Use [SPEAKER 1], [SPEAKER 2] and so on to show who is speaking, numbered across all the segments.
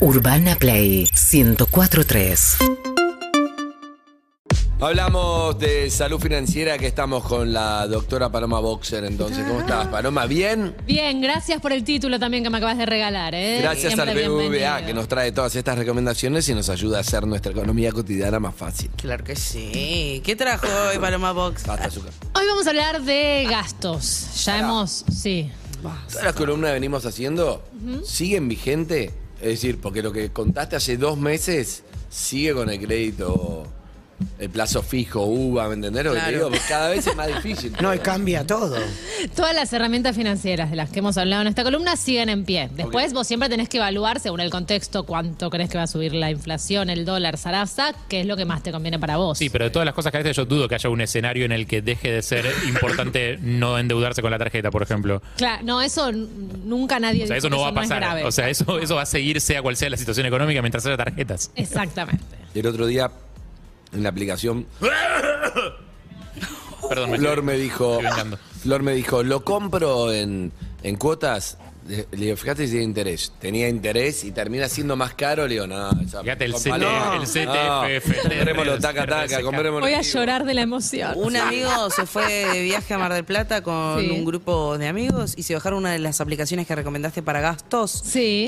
[SPEAKER 1] Urbana Play 1043.
[SPEAKER 2] Hablamos de salud financiera, que estamos con la doctora Paloma Boxer, entonces. ¿Cómo estás, Paloma? ¿Bien?
[SPEAKER 3] Bien, gracias por el título también que me acabas de regalar. ¿eh?
[SPEAKER 2] Gracias
[SPEAKER 3] Siempre
[SPEAKER 2] al BBVA
[SPEAKER 3] bienvenido.
[SPEAKER 2] que nos trae todas estas recomendaciones y nos ayuda a hacer nuestra economía cotidiana más fácil.
[SPEAKER 4] Claro que sí. ¿Qué trajo hoy Paloma Box?
[SPEAKER 2] Basta, azúcar.
[SPEAKER 3] Hoy vamos a hablar de gastos. Ya
[SPEAKER 2] Pará.
[SPEAKER 3] hemos. Sí.
[SPEAKER 2] Todas las columnas que venimos haciendo siguen vigente. Es decir, porque lo que contaste hace dos meses sigue con el crédito, el plazo fijo, UVA, ¿me entendés? Lo que te
[SPEAKER 4] Claro.
[SPEAKER 2] digo? Porque cada vez es más difícil.
[SPEAKER 5] No, y cambia todo.
[SPEAKER 3] Todas las herramientas financieras de las que hemos hablado en esta columna siguen en pie. Después vos siempre tenés que evaluar, según el contexto, cuánto crees que va a subir la inflación, el dólar, Sarasa, qué es lo que más te conviene para vos.
[SPEAKER 6] Sí, pero de todas las cosas que haces, yo dudo que haya un escenario en el que deje de ser importante no endeudarse con la tarjeta, por ejemplo.
[SPEAKER 3] Claro, no, eso n- nunca nadie
[SPEAKER 6] O sea,
[SPEAKER 3] dijo
[SPEAKER 6] eso
[SPEAKER 3] que
[SPEAKER 6] no va a
[SPEAKER 3] es
[SPEAKER 6] pasar.
[SPEAKER 3] grave.
[SPEAKER 6] O sea, eso, eso va a seguir, sea cual sea la situación económica, mientras haya tarjetas.
[SPEAKER 3] Exactamente.
[SPEAKER 2] El otro día, en la aplicación
[SPEAKER 6] Perdón, me
[SPEAKER 2] Flor me dijo,
[SPEAKER 6] estoy vengando.
[SPEAKER 2] Flor me dijo, lo compro en, en cuotas. Le le digo, fíjate si tiene interés. Tenía interés y termina siendo más caro. Le digo, no, esa-
[SPEAKER 6] Fíjate el
[SPEAKER 2] compa-
[SPEAKER 6] CT, el CTFF,
[SPEAKER 2] Comprémoslo, taca, taca,
[SPEAKER 6] RSK.
[SPEAKER 2] comprémoslo.
[SPEAKER 3] Voy a llorar de la emoción.
[SPEAKER 4] Un amigo se fue de viaje a Mar del Plata con
[SPEAKER 3] Sí.
[SPEAKER 4] un grupo de amigos y se bajaron una de las aplicaciones que recomendaste para gastos.
[SPEAKER 3] Sí.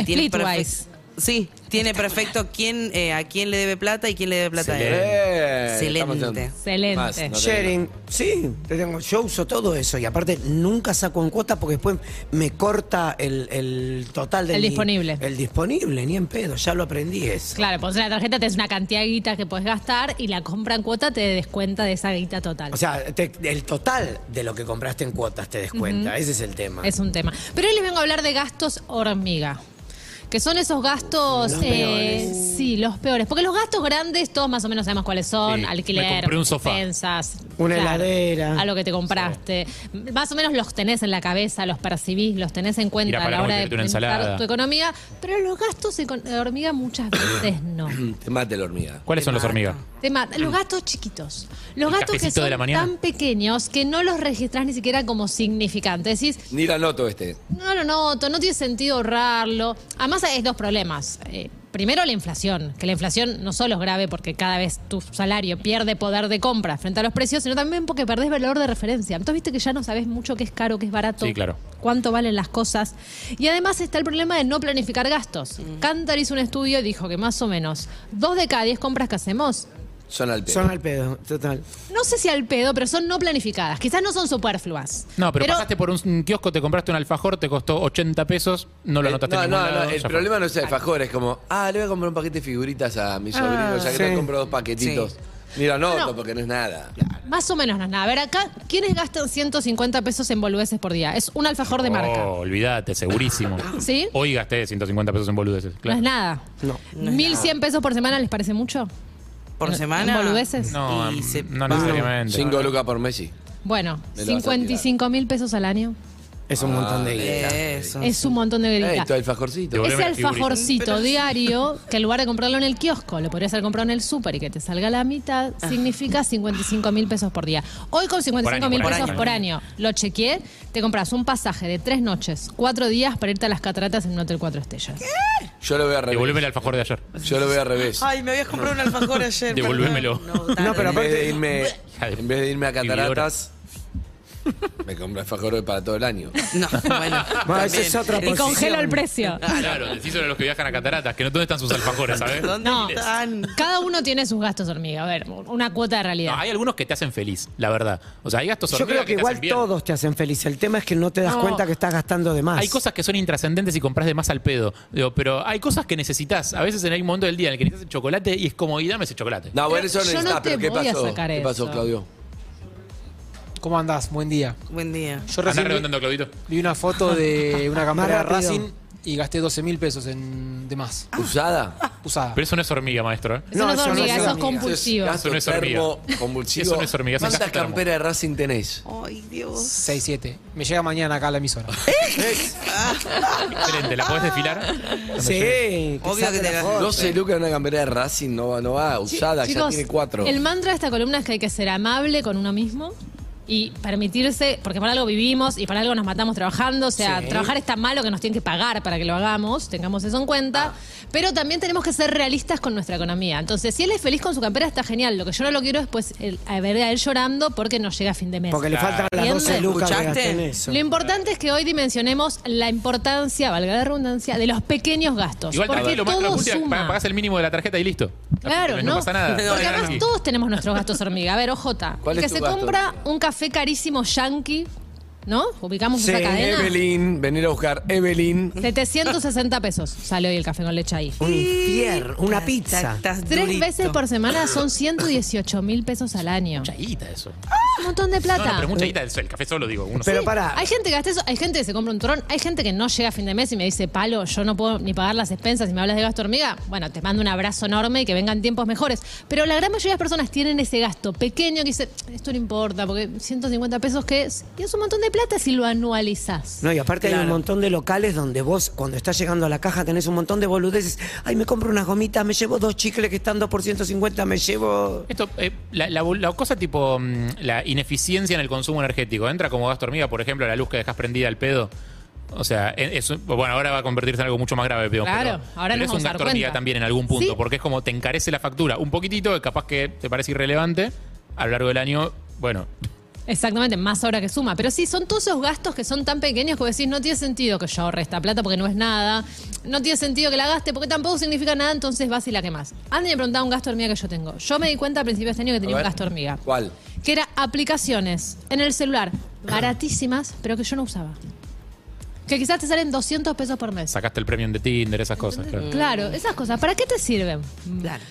[SPEAKER 4] Y tiene
[SPEAKER 3] Splitwise.
[SPEAKER 4] perfecto. Sí, tiene perfecto quién, eh, a quién le debe plata y quién le debe plata a él.
[SPEAKER 2] Eh, estamos en-
[SPEAKER 4] Excelente.
[SPEAKER 3] Excelente.
[SPEAKER 2] Más, no te-
[SPEAKER 5] Sharing, sí, te tengo- yo uso todo eso y aparte nunca saco en cuota porque después me corta el, el total del
[SPEAKER 3] El disponible.
[SPEAKER 5] El disponible, ni en pedo, ya lo aprendí eso.
[SPEAKER 3] Claro, pues en la tarjeta te es una cantidad de guita que puedes gastar y la compra en cuota te descuenta de esa guita total.
[SPEAKER 5] O sea, te- el total de lo que compraste en cuotas te des cuenta, ese es el tema.
[SPEAKER 3] es un tema. Pero hoy les vengo a hablar de gastos hormiga. Que son esos gastos.
[SPEAKER 5] Los
[SPEAKER 3] eh, sí, los peores. Porque los gastos grandes, todos más o menos sabemos cuáles son:
[SPEAKER 6] Sí, me
[SPEAKER 3] alquiler,
[SPEAKER 6] compré un sofá.
[SPEAKER 3] expensas,
[SPEAKER 5] Una heladera.
[SPEAKER 3] A lo que te compraste. Más o menos los tenés en la cabeza, los percibís, los tenés en
[SPEAKER 6] Ir
[SPEAKER 3] cuenta
[SPEAKER 6] a
[SPEAKER 3] a la
[SPEAKER 6] Palermo y
[SPEAKER 3] hora de
[SPEAKER 6] pedirte una
[SPEAKER 3] pensar
[SPEAKER 6] ensalada.
[SPEAKER 3] tu economía. Pero los gastos econ- hormiga muchas veces no.
[SPEAKER 2] Te mata la hormiga.
[SPEAKER 6] ¿Cuáles son los hormigas?
[SPEAKER 3] Tema, los gastos chiquitos. Los
[SPEAKER 6] El
[SPEAKER 3] gastos que
[SPEAKER 6] cafecito de
[SPEAKER 3] son
[SPEAKER 6] la mañana.
[SPEAKER 3] tan pequeños que no los registrás ni siquiera como significantes. Decís,
[SPEAKER 2] Ni la noto este.
[SPEAKER 3] no lo noto, no tiene sentido ahorrarlo. Además, hay dos problemas. Eh, primero, la inflación. Que la inflación no solo es grave porque cada vez tu salario pierde poder de compra frente a los precios, sino también porque perdés valor de referencia. Entonces, viste que ya no sabes mucho qué es caro, qué es barato.
[SPEAKER 6] Sí, claro.
[SPEAKER 3] Cuánto valen las cosas. Y además está el problema de no planificar gastos. Cantar hizo un estudio y dijo que más o menos dos de cada diez compras que hacemos
[SPEAKER 2] Son al pedo.
[SPEAKER 5] Son al pedo, total.
[SPEAKER 3] no sé si al pedo, pero son no planificadas. Quizás no son superfluas.
[SPEAKER 6] No, pero, pasaste por un kiosco, te compraste un alfajor, te costó 80 pesos, no lo
[SPEAKER 2] Eh,
[SPEAKER 6] anotaste
[SPEAKER 2] no,
[SPEAKER 6] en
[SPEAKER 2] no,
[SPEAKER 6] ningún lado,
[SPEAKER 2] no, el
[SPEAKER 6] ya fue.
[SPEAKER 2] problema no es el alfajor, es como, ah, le voy a comprar un paquete de figuritas a mi sobrino, ya que
[SPEAKER 5] sí.
[SPEAKER 2] le compro dos paquetitos. Ni la noto
[SPEAKER 3] Ah, No.
[SPEAKER 2] porque no es nada.
[SPEAKER 3] Más o menos no es nada. A ver, acá, ¿quiénes gastan 150 pesos en boludeces por día? Es un alfajor de marca.
[SPEAKER 6] Oh, olvídate, segurísimo.
[SPEAKER 3] ¿Sí?
[SPEAKER 6] Hoy gasté 150 pesos en boludeces.
[SPEAKER 3] No es
[SPEAKER 6] Claro.
[SPEAKER 3] nada.
[SPEAKER 5] No.
[SPEAKER 3] ¿1.100 pesos por semana les parece mucho?
[SPEAKER 4] Por
[SPEAKER 3] ¿En-
[SPEAKER 4] semana.
[SPEAKER 3] en boludeces?
[SPEAKER 6] No,
[SPEAKER 4] Y se-
[SPEAKER 6] no necesariamente.
[SPEAKER 2] Cinco lucas por Messi.
[SPEAKER 3] Bueno,
[SPEAKER 2] Me lo vas a tirar.
[SPEAKER 3] 55 mil pesos al año.
[SPEAKER 5] Es un montón de guita.
[SPEAKER 4] Eso.
[SPEAKER 3] Es un montón de
[SPEAKER 2] Ey,
[SPEAKER 3] grita.
[SPEAKER 2] tu Eh, alfajorcito.
[SPEAKER 6] Devolveme
[SPEAKER 3] Ese
[SPEAKER 6] la figurita.
[SPEAKER 3] alfajorcito diario, que en lugar de comprarlo en el kiosco, lo podrías haber comprado en el súper y que te salga la mitad, significa 55 mil pesos por día. Hoy con 55 mil
[SPEAKER 6] año, por
[SPEAKER 3] pesos
[SPEAKER 6] año.
[SPEAKER 3] por año, lo chequeé, te compras un pasaje de tres noches, cuatro días para irte a las cataratas en un hotel cuatro estrellas.
[SPEAKER 2] Yo lo veo al
[SPEAKER 6] Devolveme
[SPEAKER 2] revés.
[SPEAKER 6] el alfajor de ayer.
[SPEAKER 2] Yo lo veo al revés.
[SPEAKER 4] Ay, me habías comprado un alfajor ayer.
[SPEAKER 6] Devolvémelo.
[SPEAKER 4] perdón.
[SPEAKER 5] No, pero
[SPEAKER 2] En vez, de
[SPEAKER 5] aparte,
[SPEAKER 2] irme,
[SPEAKER 6] Hija de-
[SPEAKER 2] en vez de irme a
[SPEAKER 6] vividora.
[SPEAKER 2] cataratas, me compro alfajor para todo el año.
[SPEAKER 4] No, bueno.
[SPEAKER 5] Bueno, esa
[SPEAKER 4] también.
[SPEAKER 5] es otra
[SPEAKER 3] Y
[SPEAKER 5] Posición.
[SPEAKER 3] congelo el precio.
[SPEAKER 6] Claro, decíselo a los que viajan a cataratas, que no todos están sus alfajores, ¿sabes?
[SPEAKER 4] ¿Dónde
[SPEAKER 3] No,
[SPEAKER 4] están?
[SPEAKER 3] cada uno tiene sus gastos hormiga. A ver, una cuota de
[SPEAKER 6] No,
[SPEAKER 3] realidad.
[SPEAKER 6] hay algunos que te hacen feliz, la verdad. O sea, hay gastos
[SPEAKER 5] Yo
[SPEAKER 6] hormiga
[SPEAKER 5] creo que
[SPEAKER 6] te
[SPEAKER 5] igual
[SPEAKER 6] hacen bien.
[SPEAKER 5] todos te hacen feliz. El tema es que no te das
[SPEAKER 6] No.
[SPEAKER 5] cuenta que estás gastando de más.
[SPEAKER 6] Hay cosas que son intrascendentes y compras de más al pedo. Digo, pero hay cosas que necesitas. A veces en algún momento del día en el que necesitas el chocolate y es como, y dame ese chocolate.
[SPEAKER 2] No, bueno, eso no
[SPEAKER 3] yo no
[SPEAKER 2] está,
[SPEAKER 3] te
[SPEAKER 2] pero ¿qué
[SPEAKER 3] voy a
[SPEAKER 2] pasó?
[SPEAKER 3] sacar
[SPEAKER 2] ¿Qué pasó,
[SPEAKER 3] eso.
[SPEAKER 2] Claudio?
[SPEAKER 7] ¿Cómo andás? Buen día.
[SPEAKER 4] Buen día.
[SPEAKER 7] Yo
[SPEAKER 6] Andá
[SPEAKER 7] recién
[SPEAKER 6] redondeando, Claudito.
[SPEAKER 7] vi una foto de una campera de
[SPEAKER 5] Más rápido.
[SPEAKER 7] Racing y gasté 12 mil pesos en de más.
[SPEAKER 3] Ah,
[SPEAKER 2] ¿Usada?
[SPEAKER 7] Usada.
[SPEAKER 6] Pero eso no es hormiga, maestro. ¿eh?
[SPEAKER 3] Eso no,
[SPEAKER 5] No,
[SPEAKER 3] es
[SPEAKER 5] eso no
[SPEAKER 3] hormiga,
[SPEAKER 5] es
[SPEAKER 3] eso es
[SPEAKER 5] hormiga.
[SPEAKER 3] compulsivo.
[SPEAKER 2] Gasto
[SPEAKER 6] Eso no es hormiga.
[SPEAKER 2] termo convulsivo.
[SPEAKER 6] Eso no es hormiga, eso es
[SPEAKER 2] ¿Cuántas
[SPEAKER 6] gasto termo.
[SPEAKER 2] camperas de Racing tenés?
[SPEAKER 4] Ay, Dios.
[SPEAKER 7] 6, 7. Me llega mañana acá a la emisora.
[SPEAKER 6] Excelente, ¿la podés desfilar?
[SPEAKER 5] Sí, que
[SPEAKER 4] Obvio
[SPEAKER 5] saque
[SPEAKER 4] que te
[SPEAKER 5] la
[SPEAKER 4] gastas.
[SPEAKER 5] foto.
[SPEAKER 2] 12 lucas en una campera de Racing no, va- no va usada, ya
[SPEAKER 3] Chicos,
[SPEAKER 2] tiene cuatro.
[SPEAKER 3] El mantra de esta columna es que hay que ser amable con uno mismo y permitirse, porque para algo vivimos y para algo nos matamos trabajando, o sea, trabajar es tan malo que nos tienen que pagar para que lo hagamos, tengamos eso en cuenta,
[SPEAKER 2] Ah.
[SPEAKER 3] pero también tenemos que ser realistas con nuestra economía. Entonces, si él es feliz con su campera, está genial. Lo que yo no lo quiero es pues el- a ver a él llorando porque no llega a fin de mes.
[SPEAKER 5] Porque le faltan las
[SPEAKER 3] Bien.
[SPEAKER 5] 12 lucas que
[SPEAKER 4] ¿Escuchaste?
[SPEAKER 5] gasté en eso.
[SPEAKER 3] Lo importante es que hoy dimensionemos la importancia, valga la redundancia, de los pequeños gastos.
[SPEAKER 6] Igual
[SPEAKER 3] porque
[SPEAKER 6] también lo más
[SPEAKER 3] todo suma.
[SPEAKER 6] pagás el mínimo de la tarjeta y listo.
[SPEAKER 3] Claro, ¿no?
[SPEAKER 6] pasa nada.
[SPEAKER 3] Porque
[SPEAKER 4] No,
[SPEAKER 3] además
[SPEAKER 6] Tranqui.
[SPEAKER 3] todos tenemos nuestros gastos hormiga. A ver, OJ,
[SPEAKER 2] ¿Cuál
[SPEAKER 3] el que
[SPEAKER 2] es tu
[SPEAKER 3] se
[SPEAKER 2] gasto
[SPEAKER 3] compra un café carísimo yankee, ¿no? Ubicamos
[SPEAKER 2] Sí,
[SPEAKER 3] esa cadena.
[SPEAKER 2] Evelyn, venir a buscar Evelyn.
[SPEAKER 3] 760 pesos sale hoy el café con leche ahí.
[SPEAKER 5] Un fier, una pizza.
[SPEAKER 3] Tres veces por semana son 118 mil pesos al año.
[SPEAKER 6] Mucha guita eso.
[SPEAKER 3] Un montón de
[SPEAKER 6] No, no,
[SPEAKER 3] plata.
[SPEAKER 6] pero mucha guita del el café solo, digo. Uno
[SPEAKER 5] Pero
[SPEAKER 6] solo.
[SPEAKER 5] pará,
[SPEAKER 3] Hay gente que gasta eso, hay gente que se compra un tron, hay gente que no llega a fin de mes y me dice, palo, yo no puedo ni pagar las expensas y me hablas de gasto hormiga. Bueno, te mando un abrazo enorme y que vengan tiempos mejores. Pero la gran mayoría de las personas tienen ese gasto pequeño que dice, esto no importa, porque 150 pesos que es, y es un montón de plata si lo anualizás.
[SPEAKER 5] No, y aparte hay un montón de locales donde vos, cuando estás llegando a la caja, tenés un montón de boludeces. Ay, me compro unas gomitas, me llevo dos chicles que están 2 por 150, me llevo.
[SPEAKER 6] Esto, eh, la, la bol- la cosa tipo mm, la ineficiencia en el consumo energético, ¿entra como gasto hormiga, por ejemplo, la luz que dejas prendida al pedo? O sea, e- es un- bueno, ahora va a convertirse en algo mucho más grave, pedo.
[SPEAKER 3] Claro,
[SPEAKER 6] pero,
[SPEAKER 3] ahora nos
[SPEAKER 6] pero es un
[SPEAKER 3] vamos a dar
[SPEAKER 6] gasto hormiga
[SPEAKER 3] cuenta.
[SPEAKER 6] también en algún punto,
[SPEAKER 3] Sí.
[SPEAKER 6] porque es como te encarece la factura un poquitito, que capaz que te parece irrelevante, a lo largo del año, bueno,
[SPEAKER 3] Exactamente, más ahora que suma. Pero sí, son todos esos gastos que son tan pequeños que vos decís, no tiene sentido que yo ahorre esta plata porque no es nada. No tiene sentido que la gaste porque tampoco significa nada, entonces vas y la quemás. Antes me preguntaba un gasto hormiga que yo tengo. Yo me di cuenta a principios de este año que tenía un
[SPEAKER 2] ver.
[SPEAKER 3] gasto hormiga.
[SPEAKER 2] ¿Cuál?
[SPEAKER 3] Que era aplicaciones en el celular, baratísimas, pero que yo no usaba. Que quizás te salen 200 pesos por mes.
[SPEAKER 6] sacaste el premium de Tinder, esas cosas. claro.
[SPEAKER 3] Claro, esas cosas. ¿Para qué te sirven?
[SPEAKER 4] Claro.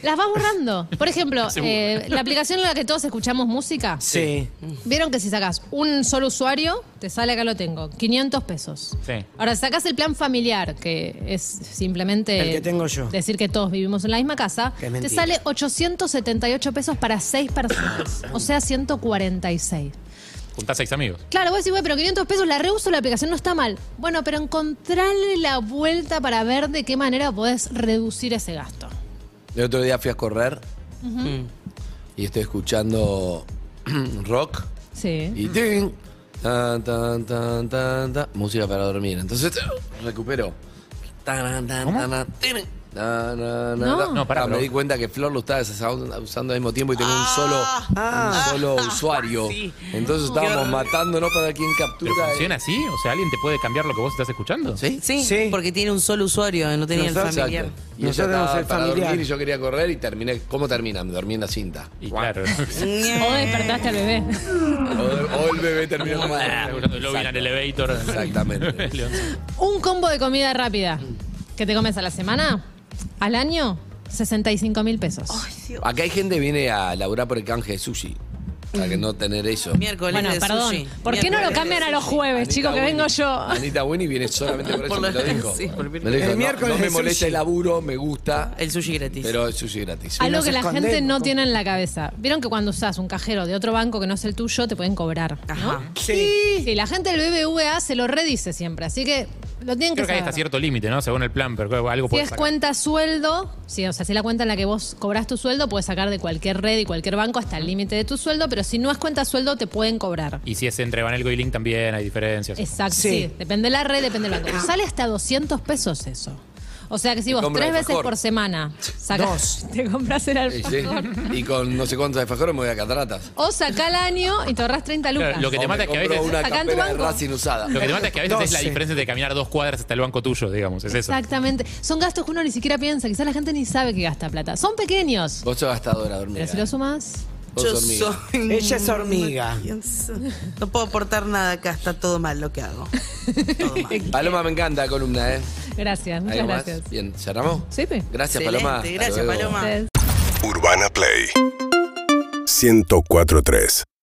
[SPEAKER 3] Las vas borrando. Por ejemplo,
[SPEAKER 6] Seguro.
[SPEAKER 3] eh, la aplicación en la que todos escuchamos música.
[SPEAKER 5] Sí.
[SPEAKER 3] Vieron que si sacas un solo usuario, te sale, acá lo tengo, 500 pesos.
[SPEAKER 6] Sí.
[SPEAKER 3] Ahora, si sacas el plan familiar, que es simplemente
[SPEAKER 5] El que tengo yo.
[SPEAKER 3] decir que todos vivimos en la misma casa,
[SPEAKER 5] Qué
[SPEAKER 3] te
[SPEAKER 5] mentira.
[SPEAKER 3] sale 878 pesos para 6 personas, o sea, 146.
[SPEAKER 6] Juntás seis amigos.
[SPEAKER 3] Claro, vos decís, güey, pero 500 pesos, la reuso, la aplicación no está mal. Bueno, pero encontrarle la vuelta para ver de qué manera podés reducir ese gasto.
[SPEAKER 2] El otro día fui a correr Mm. y estoy escuchando rock
[SPEAKER 3] Sí.
[SPEAKER 2] y ting, tan, tan, tan, tan, tan, música para dormir. Entonces recupero. Tan, tan, tan, tan, tin, tan, tan,
[SPEAKER 3] No.
[SPEAKER 2] tan.
[SPEAKER 6] No, pará,
[SPEAKER 2] Ah, me
[SPEAKER 6] pero-
[SPEAKER 2] di cuenta que Flor lo estaba usando usando al mismo tiempo y tengo un solo,
[SPEAKER 5] Ah.
[SPEAKER 2] un solo usuario.
[SPEAKER 4] Sí.
[SPEAKER 2] Entonces estábamos matándonos para ver quién
[SPEAKER 6] ¿Pero
[SPEAKER 2] captura.
[SPEAKER 6] funciona así? O sea, ¿alguien te puede cambiar lo que vos estás escuchando?
[SPEAKER 2] ¿Sí?
[SPEAKER 4] Sí,
[SPEAKER 5] Sí.
[SPEAKER 4] porque tiene un solo usuario, no tenía el
[SPEAKER 5] Nosotros-
[SPEAKER 4] familiar.
[SPEAKER 2] Exacto. Y ella
[SPEAKER 5] Nosotros
[SPEAKER 2] estaba
[SPEAKER 5] tenemos el
[SPEAKER 2] para
[SPEAKER 5] familiar.
[SPEAKER 2] dormir y yo quería correr y terminé. ¿Cómo termina? Me dormí en la cinta.
[SPEAKER 6] Y claro.
[SPEAKER 3] O despertaste al bebé.
[SPEAKER 2] O, o el bebé terminó como.
[SPEAKER 6] Escuchando Lobby en el elevator.
[SPEAKER 2] Exactamente.
[SPEAKER 6] León.
[SPEAKER 3] Un combo de comida rápida que te comes a la semana, al año, 65 mil pesos.
[SPEAKER 2] Acá hay gente que viene a laburar por el canje de sushi. Para que no tener eso.
[SPEAKER 4] Miércoles
[SPEAKER 3] bueno,
[SPEAKER 4] de
[SPEAKER 3] perdón.
[SPEAKER 4] sushi.
[SPEAKER 3] ¿Por qué no lo
[SPEAKER 4] Miércoles de
[SPEAKER 3] cambian a los
[SPEAKER 4] sushi.
[SPEAKER 3] jueves,
[SPEAKER 2] Anita
[SPEAKER 3] chicos, que
[SPEAKER 2] Winnie-
[SPEAKER 3] vengo yo?
[SPEAKER 2] Anita Winnie viene solamente por eso,
[SPEAKER 4] Por
[SPEAKER 2] me
[SPEAKER 4] la-
[SPEAKER 2] lo dijo.
[SPEAKER 4] sí, por el
[SPEAKER 2] Me lo
[SPEAKER 4] miércoles.
[SPEAKER 2] dijo,
[SPEAKER 5] El
[SPEAKER 2] no,
[SPEAKER 5] miércoles
[SPEAKER 2] no me
[SPEAKER 5] de
[SPEAKER 2] molesta
[SPEAKER 5] sushi.
[SPEAKER 2] el laburo, me gusta,
[SPEAKER 4] El sushi gratis.
[SPEAKER 2] pero el sushi es gratis.
[SPEAKER 3] Algo
[SPEAKER 5] nos
[SPEAKER 3] que la
[SPEAKER 5] escondemos,
[SPEAKER 3] gente no
[SPEAKER 5] ¿cómo?
[SPEAKER 3] tiene en la cabeza. Vieron que cuando usas un cajero de otro banco que no es el tuyo, te pueden cobrar. ¿no?
[SPEAKER 4] Ajá.
[SPEAKER 3] Sí, la gente del BBVA se lo redice siempre, así que lo tienen
[SPEAKER 6] Creo que
[SPEAKER 3] que
[SPEAKER 6] hay
[SPEAKER 3] saber.
[SPEAKER 6] hasta cierto límite, ¿no? Según el plan, pero creo que algo
[SPEAKER 3] Si
[SPEAKER 6] puede
[SPEAKER 3] es
[SPEAKER 6] sacar.
[SPEAKER 3] cuenta sueldo, sí, o sea, si es la cuenta en la que vos cobras tu sueldo, puedes sacar de cualquier red y cualquier banco hasta el límite de tu sueldo, pero si no es cuenta sueldo, te pueden cobrar.
[SPEAKER 6] Y si es entre Banelco y Link también hay diferencias.
[SPEAKER 3] Exacto, sí.
[SPEAKER 5] Sí.
[SPEAKER 3] Depende de la red, depende del banco. Sale hasta 200 pesos eso. O sea que si
[SPEAKER 2] Te
[SPEAKER 3] vos
[SPEAKER 2] compra
[SPEAKER 3] tres veces
[SPEAKER 2] alfajor.
[SPEAKER 3] por semana sacas, te compras el
[SPEAKER 2] Sí, sí.
[SPEAKER 3] alfajor.
[SPEAKER 2] Y con no sé cuántos alfajores me voy a cataratas.
[SPEAKER 3] O saca al año y te ahorras 30 lucas.
[SPEAKER 6] Claro, lo que te
[SPEAKER 2] O me
[SPEAKER 6] mata es que a
[SPEAKER 2] compro
[SPEAKER 6] veces-
[SPEAKER 2] una
[SPEAKER 3] Acá en tu
[SPEAKER 2] campera de
[SPEAKER 3] banco.
[SPEAKER 2] Racing usada.
[SPEAKER 6] Lo que te mata es que a veces es la
[SPEAKER 5] 12.
[SPEAKER 6] diferencia de caminar dos cuadras hasta el banco tuyo, digamos. Es eso.
[SPEAKER 3] Exactamente. Son gastos que uno ni siquiera piensa. Quizás la gente ni sabe que gasta plata. Son pequeños.
[SPEAKER 2] Vos sos gastadora, dormida. ¿eh?
[SPEAKER 3] Pero si lo sumas.
[SPEAKER 2] Vos
[SPEAKER 4] Yo
[SPEAKER 2] hormiga.
[SPEAKER 4] soy.
[SPEAKER 5] Ella es hormiga.
[SPEAKER 4] No puedo aportar nada acá, está todo mal lo que hago. Todo mal.
[SPEAKER 2] Paloma, me encanta la columna, ¿eh?
[SPEAKER 3] Gracias,
[SPEAKER 2] ¿Algo
[SPEAKER 3] muchas
[SPEAKER 2] más?
[SPEAKER 3] gracias.
[SPEAKER 2] Bien, ¿cerramos?
[SPEAKER 3] Sí, pe.
[SPEAKER 6] Ah.
[SPEAKER 2] Gracias, Paloma.
[SPEAKER 4] Excelente,
[SPEAKER 2] Hasta
[SPEAKER 4] Gracias,
[SPEAKER 2] luego.
[SPEAKER 4] Paloma.
[SPEAKER 3] Ustedes.
[SPEAKER 8] Urbana Play 1043